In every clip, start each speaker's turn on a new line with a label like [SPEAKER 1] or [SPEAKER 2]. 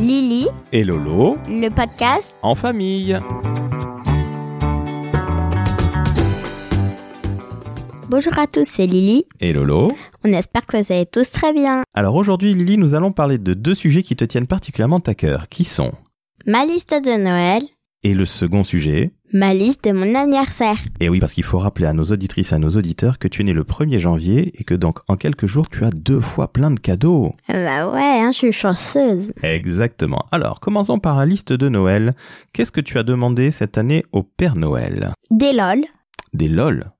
[SPEAKER 1] Lily,
[SPEAKER 2] et Lolo
[SPEAKER 1] le podcast.
[SPEAKER 2] en famille.
[SPEAKER 1] Bonjour à tous, c'est Lily.
[SPEAKER 2] Et Lolo
[SPEAKER 1] On espère que vous allez tous très bien.
[SPEAKER 2] Alors aujourd'hui Lily, nous allons parler de deux sujets qui te tiennent particulièrement à cœur, qui sont
[SPEAKER 1] Ma liste de Noël,
[SPEAKER 2] et le second sujet.
[SPEAKER 1] ma liste de mon anniversaire.
[SPEAKER 2] Et oui, parce qu'il faut rappeler à nos auditrices et à nos auditeurs que tu es né le 1er janvier et que donc en quelques jours tu as deux fois plein de cadeaux.
[SPEAKER 1] Ah Bah ouais, hein, je suis chanceuse.
[SPEAKER 2] Exactement. Alors commençons par la liste de Noël. Qu'est-ce que tu as demandé cette année au Père Noël
[SPEAKER 1] Des lol.
[SPEAKER 2] Des lol.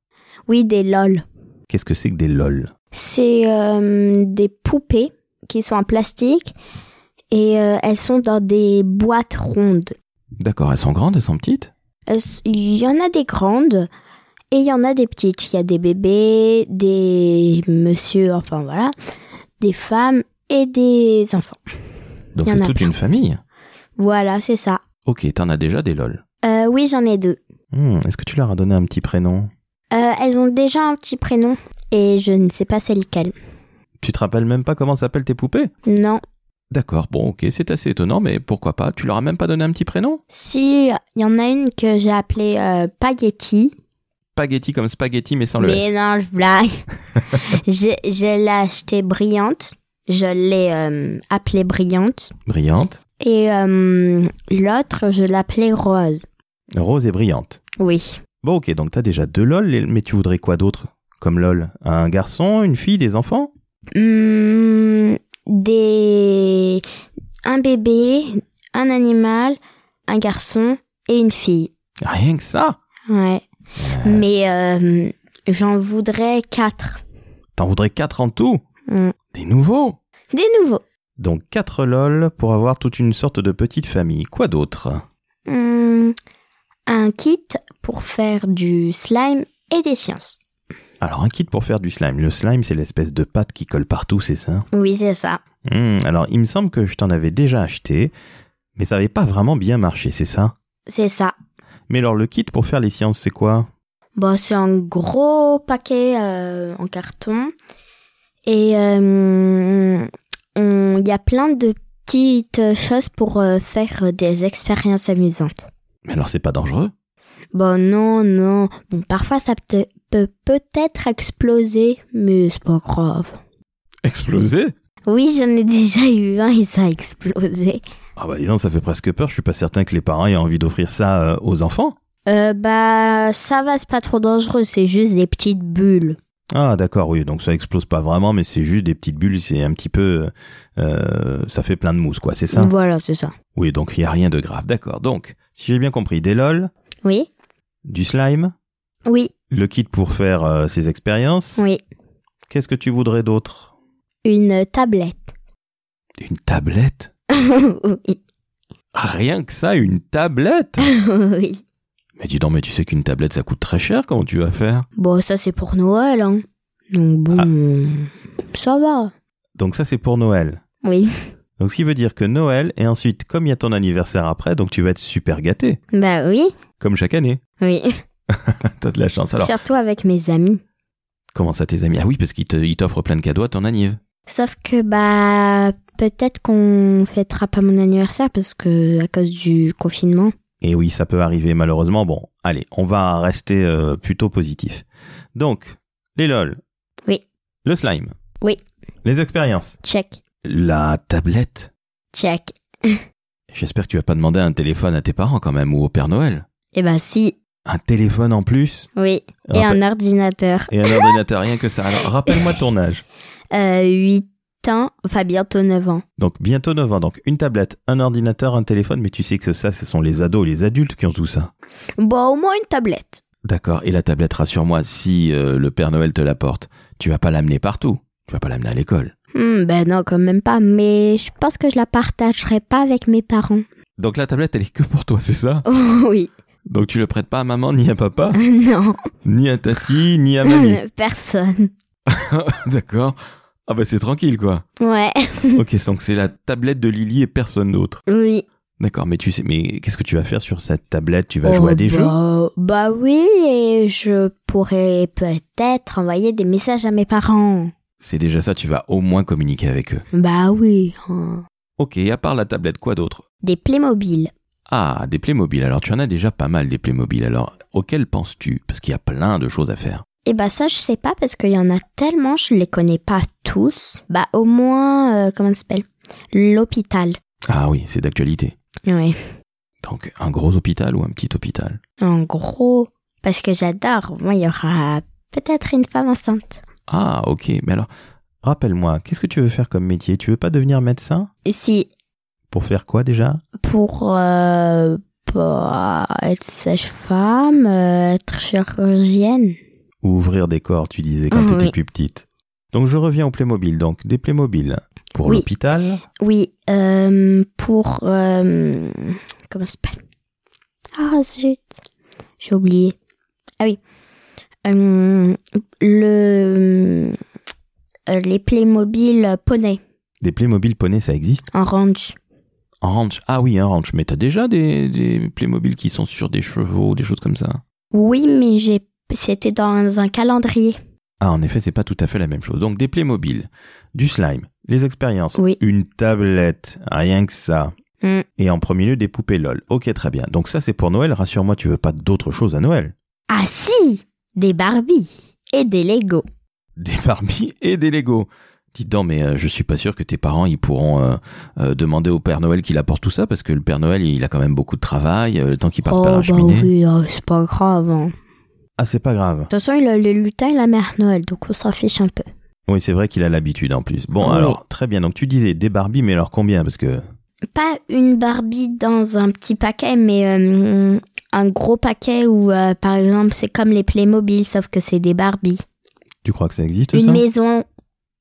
[SPEAKER 1] Oui, des lol.
[SPEAKER 2] Qu'est-ce que c'est que des lol
[SPEAKER 1] C'est euh, des poupées qui sont en plastique et euh, elles sont dans des boîtes rondes.
[SPEAKER 2] D'accord, elles sont grandes, elles sont petites
[SPEAKER 1] Elles s- Il y en a des grandes et il y en a des petites. Il y a des bébés, des monsieur, enfin voilà, des femmes et des enfants.
[SPEAKER 2] Donc
[SPEAKER 1] Il y en
[SPEAKER 2] c'est
[SPEAKER 1] a
[SPEAKER 2] toute
[SPEAKER 1] plein.
[SPEAKER 2] une famille.
[SPEAKER 1] Voilà, c'est ça.
[SPEAKER 2] Ok, t'en as déjà des lol.
[SPEAKER 1] Euh, oui, j'en ai deux.
[SPEAKER 2] Hmm, Est-ce que tu leur as donné un petit prénom
[SPEAKER 1] Euh, elles ont déjà un petit prénom et je ne sais pas c'est lequel.
[SPEAKER 2] Tu te rappelles même pas comment s'appellent tes poupées
[SPEAKER 1] Non.
[SPEAKER 2] D'accord, bon ok, c'est assez étonnant, mais pourquoi pas Tu leur as même pas donné un petit prénom
[SPEAKER 1] Si, il y en a une que j'ai appelée euh, Pagetti.
[SPEAKER 2] Spaghetti comme spaghetti, mais sans le
[SPEAKER 1] Mais
[SPEAKER 2] S.
[SPEAKER 1] non, je blague. J'ai- je l'ai achetée brillante. Je l'ai euh, appelée brillante.
[SPEAKER 2] Brillante.
[SPEAKER 1] Et euh, l'autre, je l'appelais Rose.
[SPEAKER 2] Rose et brillante.
[SPEAKER 1] Oui.
[SPEAKER 2] Bon ok, donc t'as déjà deux LOL, mais tu voudrais quoi d'autre Comme LOL Un garçon, une fille, des enfants
[SPEAKER 1] Hum, des... Un bébé, un animal, un garçon et une fille.
[SPEAKER 2] Rien que ça
[SPEAKER 1] Ouais. Mais euh, j'en voudrais quatre.
[SPEAKER 2] T'en voudrais quatre en tout
[SPEAKER 1] Mm.
[SPEAKER 2] Des nouveaux
[SPEAKER 1] Des nouveaux.
[SPEAKER 2] Donc quatre LOL pour avoir toute une sorte de petite famille. Quoi d'autre
[SPEAKER 1] Hum, un kit pour faire du slime et des sciences.
[SPEAKER 2] Alors un kit pour faire du slime. Le slime c'est l'espèce de pâte qui colle partout, c'est ça
[SPEAKER 1] Oui, c'est ça.
[SPEAKER 2] Hmm, alors, il me semble que je t'en avais déjà acheté, mais ça n'avait pas vraiment bien marché, c'est ça
[SPEAKER 1] C'est ça.
[SPEAKER 2] Mais alors, le kit pour faire les sciences, c'est quoi
[SPEAKER 1] Bon, Bah, c'est un gros paquet euh, en carton. Et il y a plein de petites choses pour euh, faire des expériences amusantes.
[SPEAKER 2] Mais alors, c'est pas dangereux
[SPEAKER 1] Bon, non, non. Bon, parfois ça peut- peut peut-être exploser, mais c'est pas grave.
[SPEAKER 2] Exploser
[SPEAKER 1] Oui, j'en ai déjà eu un et ça a explosé.
[SPEAKER 2] Ah bah dis donc, ça fait presque peur, je suis pas certain que les parents aient envie d'offrir ça euh, aux enfants.
[SPEAKER 1] Euh, bah, ça va, c'est pas trop dangereux, c'est juste des petites bulles.
[SPEAKER 2] Ah d'accord, oui, donc ça explose pas vraiment, mais c'est juste des petites bulles, c'est un petit peu... euh, ça fait plein de mousse, quoi, c'est ça
[SPEAKER 1] Voilà, c'est ça.
[SPEAKER 2] Oui, donc il y a rien de grave, d'accord. Donc, si j'ai bien compris, des lol,
[SPEAKER 1] Oui
[SPEAKER 2] du slime,
[SPEAKER 1] Oui,
[SPEAKER 2] le kit pour faire euh, ses expériences,
[SPEAKER 1] oui.
[SPEAKER 2] qu'est-ce que tu voudrais d'autre
[SPEAKER 1] Une tablette.
[SPEAKER 2] Une tablette
[SPEAKER 1] oui,
[SPEAKER 2] Ah, rien que ça, une tablette
[SPEAKER 1] oui.
[SPEAKER 2] Mais dis donc, mais tu sais qu'une tablette, ça coûte très cher, comment tu vas faire
[SPEAKER 1] Bon, ça c'est pour Noël, hein. Donc bon,
[SPEAKER 2] Ah.
[SPEAKER 1] ça va.
[SPEAKER 2] Donc ça, c'est pour Noël.
[SPEAKER 1] Oui,
[SPEAKER 2] Donc ce qui veut dire que Noël, et ensuite, comme il y a ton anniversaire après, donc tu vas être super gâté,
[SPEAKER 1] bah oui,
[SPEAKER 2] comme chaque année.
[SPEAKER 1] oui.
[SPEAKER 2] T'as de la chance. Alors,
[SPEAKER 1] Surtout avec mes amis.
[SPEAKER 2] comment ça, tes amis Ah oui, parce qu'ils te- ils t'offrent plein de cadeaux à ton anniv.
[SPEAKER 1] Sauf que, bah, peut-être qu'on fêtera pas mon anniversaire parce que, à cause du confinement.
[SPEAKER 2] Et oui, ça peut arriver, malheureusement. Bon, allez, on va rester euh, plutôt positif. Donc, les lol.
[SPEAKER 1] Oui.
[SPEAKER 2] Le slime.
[SPEAKER 1] Oui.
[SPEAKER 2] Les expériences.
[SPEAKER 1] Check,
[SPEAKER 2] La tablette.
[SPEAKER 1] check.
[SPEAKER 2] J'espère que tu vas pas demander un téléphone à tes parents quand même, ou au Père Noël.
[SPEAKER 1] Eh ben si,
[SPEAKER 2] un téléphone en plus
[SPEAKER 1] oui. Et
[SPEAKER 2] Rappel-
[SPEAKER 1] un ordinateur.
[SPEAKER 2] et un ordinateur, rien que ça. Alors, rappelle-moi ton âge.
[SPEAKER 1] Euh, 8 ans, enfin bientôt 9 ans.
[SPEAKER 2] Donc, bientôt 9 ans. Donc, une tablette, un ordinateur, un téléphone, mais tu sais que ça, ce sont les ados et les adultes qui ont tout ça.
[SPEAKER 1] Bon, au moins une tablette.
[SPEAKER 2] D'accord. Et la tablette, rassure-moi, si euh, le Père Noël te l'apporte, tu vas pas l'amener partout. Tu vas pas l'amener à l'école.
[SPEAKER 1] Hmm, ben non, quand même pas, mais je pense que je la partagerai pas avec mes parents.
[SPEAKER 2] Donc, la tablette, elle est que pour toi, c'est ça
[SPEAKER 1] Oh oui,
[SPEAKER 2] Donc, tu le prêtes pas à maman, ni à papa,
[SPEAKER 1] non,
[SPEAKER 2] ni à tati, ni à mamie.
[SPEAKER 1] personne.
[SPEAKER 2] D'accord. Ah bah, c'est tranquille, quoi.
[SPEAKER 1] Ouais,
[SPEAKER 2] ok, donc c'est la tablette de Lily et personne d'autre.
[SPEAKER 1] oui.
[SPEAKER 2] D'accord, mais tu sais, mais qu'est-ce que tu vas faire sur cette tablette Tu vas jouer à des
[SPEAKER 1] bah,
[SPEAKER 2] jeux
[SPEAKER 1] Bah oui, et je pourrais peut-être envoyer des messages à mes parents.
[SPEAKER 2] C'est déjà ça, tu vas au moins communiquer avec eux.
[SPEAKER 1] Bah oui. hein.
[SPEAKER 2] Ok, à part la tablette, quoi d'autre
[SPEAKER 1] Des Playmobil.
[SPEAKER 2] Ah, des Playmobil. Alors, tu en as déjà pas mal des Playmobil. Alors, auxquels penses-tu Parce qu'il y a plein de choses à faire.
[SPEAKER 1] Eh bah ça, je sais pas parce qu'il y en a tellement, je les connais pas tous. Bah au moins, euh, comment ça s'appelle L'hôpital.
[SPEAKER 2] Ah oui, c'est d'actualité.
[SPEAKER 1] Ouais.
[SPEAKER 2] Donc, un gros hôpital ou un petit hôpital
[SPEAKER 1] En gros, parce que j'adore, moi, il y aura peut-être une femme enceinte.
[SPEAKER 2] Ah, ok. Mais alors, rappelle-moi, qu'est-ce que tu veux faire comme métier Tu veux pas devenir médecin
[SPEAKER 1] Et si,
[SPEAKER 2] Pour faire quoi déjà
[SPEAKER 1] pour euh, bah, être sage-femme, euh, être chirurgienne.
[SPEAKER 2] Ouvrir des corps, tu disais, quand
[SPEAKER 1] Ah,
[SPEAKER 2] t'étais
[SPEAKER 1] oui.
[SPEAKER 2] plus petite. Donc, je reviens aux Playmobil. Donc, des Playmobil pour
[SPEAKER 1] Oui.
[SPEAKER 2] l'hôpital.
[SPEAKER 1] Oui, euh, pour... euh, comment ça s'appelle Ah zut, j'ai oublié. Ah oui. Euh, le, euh, les Playmobil poney
[SPEAKER 2] Des Playmobil poney, ça existe
[SPEAKER 1] en ranch.
[SPEAKER 2] En ranch Ah oui, un ranch. Mais t'as déjà des, des Playmobil qui sont sur des chevaux, des choses comme ça
[SPEAKER 1] Oui, mais j'ai c'était dans un calendrier.
[SPEAKER 2] Ah, en effet, c'est pas tout à fait la même chose. Donc, des Playmobil, du slime, les expériences,
[SPEAKER 1] Oui.
[SPEAKER 2] une tablette, rien que ça.
[SPEAKER 1] Mm.
[SPEAKER 2] Et en premier lieu, des poupées LOL. Ok, très bien. Donc, ça, c'est pour Noël. Rassure-moi, tu veux pas d'autres choses à Noël
[SPEAKER 1] Ah si Des Barbie et des Lego.
[SPEAKER 2] Des Barbie et des Lego. Dis donc, mais euh, je suis pas sûr que tes parents, ils pourront euh, euh, demander au Père Noël qu'il apporte tout ça, parce que le Père Noël, il a quand même beaucoup de travail, euh, le temps qu'il passe
[SPEAKER 1] oh
[SPEAKER 2] par
[SPEAKER 1] bah
[SPEAKER 2] la cheminée.
[SPEAKER 1] oui, oh, c'est pas grave. hein.
[SPEAKER 2] Ah, c'est pas grave.
[SPEAKER 1] De toute façon, il a le lutin et la mère Noël, donc on s'en fiche un peu.
[SPEAKER 2] Oui, c'est vrai qu'il a l'habitude en plus. Bon,
[SPEAKER 1] Oui.
[SPEAKER 2] alors, très bien. Donc, tu disais des Barbie, mais alors combien Parce que.
[SPEAKER 1] Pas une Barbie dans un petit paquet, mais euh, un gros paquet où, euh, par exemple, c'est comme les Playmobil, sauf que c'est des Barbie.
[SPEAKER 2] Tu crois que ça existe
[SPEAKER 1] Une
[SPEAKER 2] ça
[SPEAKER 1] maison,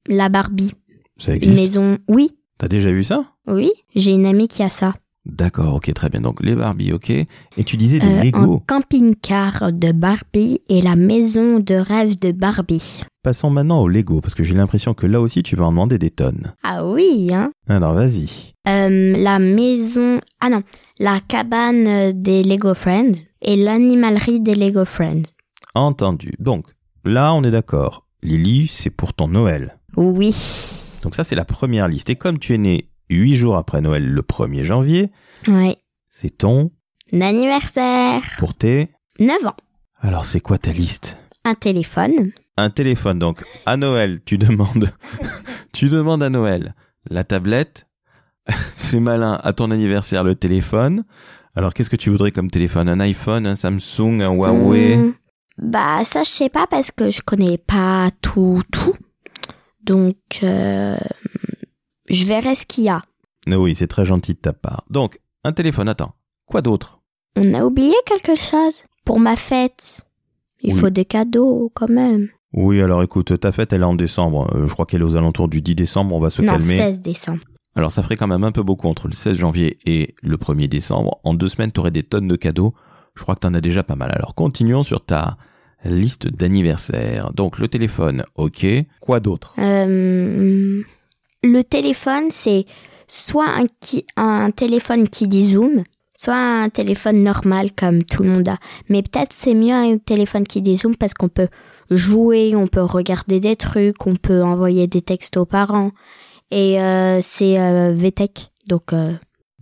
[SPEAKER 1] la Barbie.
[SPEAKER 2] Ça
[SPEAKER 1] Une
[SPEAKER 2] existe.
[SPEAKER 1] maison, oui,
[SPEAKER 2] T'as déjà vu ça
[SPEAKER 1] oui, j'ai une amie qui a ça.
[SPEAKER 2] D'accord, ok, très bien. Donc, les Barbie, ok. Et tu disais des
[SPEAKER 1] Euh, un
[SPEAKER 2] Lego.
[SPEAKER 1] camping-car de Barbie et la maison de rêve de Barbie.
[SPEAKER 2] Passons maintenant aux Lego, parce que j'ai l'impression que là aussi, tu vas en demander des tonnes.
[SPEAKER 1] Ah oui, hein
[SPEAKER 2] Alors, vas-y.
[SPEAKER 1] Euh, la maison, ah non, la cabane euh, des Lego Friends et l'animalerie des Lego Friends.
[SPEAKER 2] Entendu. Donc, là, on est d'accord. Lily, c'est pour ton Noël.
[SPEAKER 1] Oui.
[SPEAKER 2] Donc, ça, c'est la première liste. Et comme tu es né huit jours après Noël, le 1er janvier,
[SPEAKER 1] Ouais.
[SPEAKER 2] c'est ton
[SPEAKER 1] L'anniversaire.
[SPEAKER 2] pour tes.
[SPEAKER 1] 9 ans.
[SPEAKER 2] Alors, c'est quoi ta liste
[SPEAKER 1] Un téléphone.
[SPEAKER 2] un téléphone. Donc, à Noël, tu demandes, tu demandes à Noël la tablette. C'est malin. À ton anniversaire, le téléphone. Alors, qu'est-ce que tu voudrais comme téléphone Un iPhone, un Samsung, un Huawei
[SPEAKER 1] Hum, Bah ça je sais pas parce que je connais pas tout tout. Donc euh, je verrai ce qu'il y a.
[SPEAKER 2] Ah Oui, c'est très gentil de ta part. Donc, un téléphone, attends. Quoi d'autre
[SPEAKER 1] On a oublié quelque chose pour ma fête. Il
[SPEAKER 2] Oui.
[SPEAKER 1] faut des cadeaux quand même.
[SPEAKER 2] Oui, alors écoute, ta fête, elle est en décembre. Euh, je crois qu'elle est aux alentours du 10 décembre. On va se
[SPEAKER 1] non,
[SPEAKER 2] calmer.
[SPEAKER 1] 16 décembre.
[SPEAKER 2] Alors, ça ferait quand même un peu beaucoup entre le 16 janvier et le 1er décembre. En deux semaines, t'aurais des tonnes de cadeaux. Je crois que t'en as déjà pas mal. Alors, continuons sur ta liste d'anniversaires. Donc, le téléphone, ok. Quoi d'autre
[SPEAKER 1] Euh, le téléphone c'est soit un, qui, un téléphone qui dit zoom, soit un téléphone normal comme tout le monde a. Mais peut-être c'est mieux un téléphone qui dézoome parce qu'on peut jouer, on peut regarder des trucs, on peut envoyer des textes aux parents. Et euh, c'est euh, VTech. Donc, euh,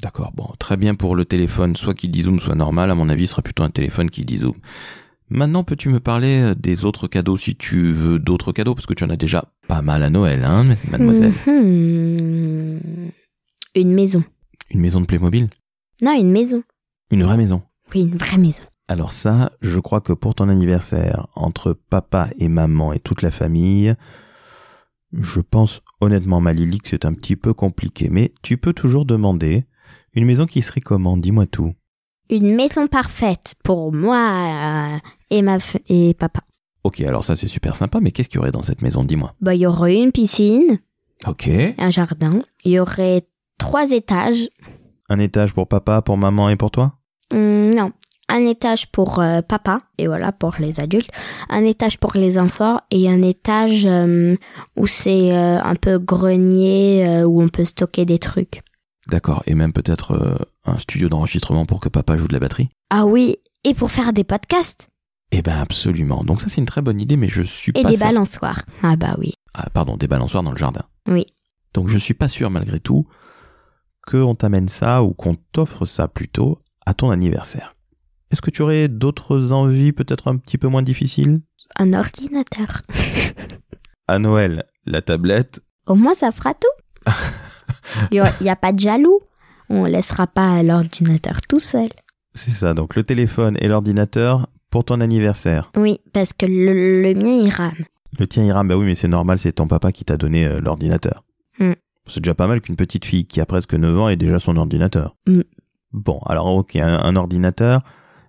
[SPEAKER 2] D'accord, bon, très bien pour le téléphone, soit qui dit zoom, soit normal. À mon avis, ce sera plutôt un téléphone qui dit zoom. Maintenant, peux-tu me parler euh, des autres cadeaux si tu veux d'autres cadeaux Parce que tu en as déjà pas mal à Noël, hein, mademoiselle.
[SPEAKER 1] mhm. une maison.
[SPEAKER 2] Une maison de Playmobil
[SPEAKER 1] Non, une maison.
[SPEAKER 2] Une vraie maison
[SPEAKER 1] Oui, une vraie maison.
[SPEAKER 2] Alors ça, je crois que pour ton anniversaire, entre papa et maman et toute la famille, je pense honnêtement, ma Lily, que c'est un petit peu compliqué. Mais tu peux toujours demander une maison qui serait comment Dis-moi tout.
[SPEAKER 1] Une maison parfaite pour moi euh, et ma f- et papa.
[SPEAKER 2] Ok, alors ça c'est super sympa, mais qu'est-ce qu'il y aurait dans cette maison Dis-moi.
[SPEAKER 1] Bah, il y aurait une piscine,
[SPEAKER 2] Ok.
[SPEAKER 1] un jardin. Il y aurait trois étages.
[SPEAKER 2] Un étage pour papa, pour maman et pour toi
[SPEAKER 1] Hum, non, un étage pour euh, papa, et voilà, pour les adultes, un étage pour les enfants, et un étage euh, où c'est euh, un peu grenier, euh, où on peut stocker des trucs.
[SPEAKER 2] D'accord, et même peut-être euh, un studio d'enregistrement pour que papa joue de la batterie
[SPEAKER 1] Ah oui, et pour faire des podcasts,
[SPEAKER 2] Eh ben absolument. Donc ça c'est une très bonne idée, mais je suis
[SPEAKER 1] et
[SPEAKER 2] pas
[SPEAKER 1] des
[SPEAKER 2] certain-
[SPEAKER 1] balançoires. Ah bah oui.
[SPEAKER 2] Ah, pardon, des balançoires dans le jardin.
[SPEAKER 1] Oui.
[SPEAKER 2] Donc je suis pas sûr malgré tout qu'on t'amène ça ou qu'on t'offre ça plutôt à ton anniversaire. Est-ce que tu aurais d'autres envies peut-être un petit peu moins difficiles
[SPEAKER 1] Un ordinateur.
[SPEAKER 2] À Noël, la tablette.
[SPEAKER 1] Au moins, ça fera tout. Il n'y a pas de jaloux. On laissera pas l'ordinateur tout seul.
[SPEAKER 2] C'est ça, donc le téléphone et l'ordinateur pour ton anniversaire.
[SPEAKER 1] Oui, parce que le, le mien, il rame.
[SPEAKER 2] Le tien Iram, bah oui, mais c'est normal, c'est ton papa qui t'a donné euh, l'ordinateur.
[SPEAKER 1] Hmm.
[SPEAKER 2] C'est déjà pas mal qu'une petite fille qui a presque 9 ans ait déjà son ordinateur.
[SPEAKER 1] Hmm.
[SPEAKER 2] Bon, alors ok, un, un ordinateur.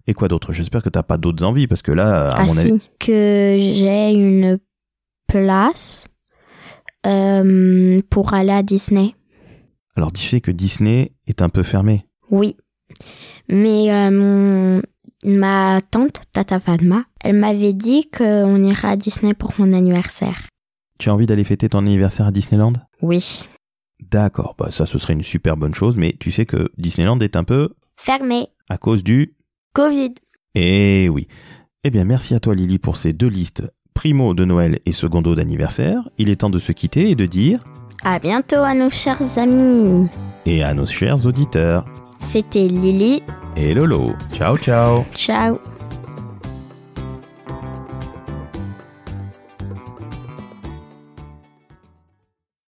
[SPEAKER 2] Et quoi d'autre J'espère que t'as pas d'autres envies, parce que là, à
[SPEAKER 1] ah
[SPEAKER 2] mon
[SPEAKER 1] si,
[SPEAKER 2] avis...
[SPEAKER 1] que j'ai une place euh, pour aller à Disney.
[SPEAKER 2] Alors tu sais que Disney est un peu fermé.
[SPEAKER 1] Oui. Mais euh, mon- ma tante, Tata Fatma, elle m'avait dit qu'on ira à Disney pour mon anniversaire.
[SPEAKER 2] Tu as envie d'aller fêter ton anniversaire à Disneyland
[SPEAKER 1] Oui.
[SPEAKER 2] D'accord, bah ça ce serait une super bonne chose, mais tu sais que Disneyland est un peu
[SPEAKER 1] Fermé.
[SPEAKER 2] à cause du...
[SPEAKER 1] Covid.
[SPEAKER 2] Eh oui. Eh bien merci à toi Lily pour ces deux listes, primo de Noël et secondo d'anniversaire. Il est temps de se quitter et de dire...
[SPEAKER 1] À bientôt à nos chers amis.
[SPEAKER 2] Et à nos chers auditeurs.
[SPEAKER 1] C'était Lily.
[SPEAKER 2] Et Lolo. Ciao ciao
[SPEAKER 1] Ciao.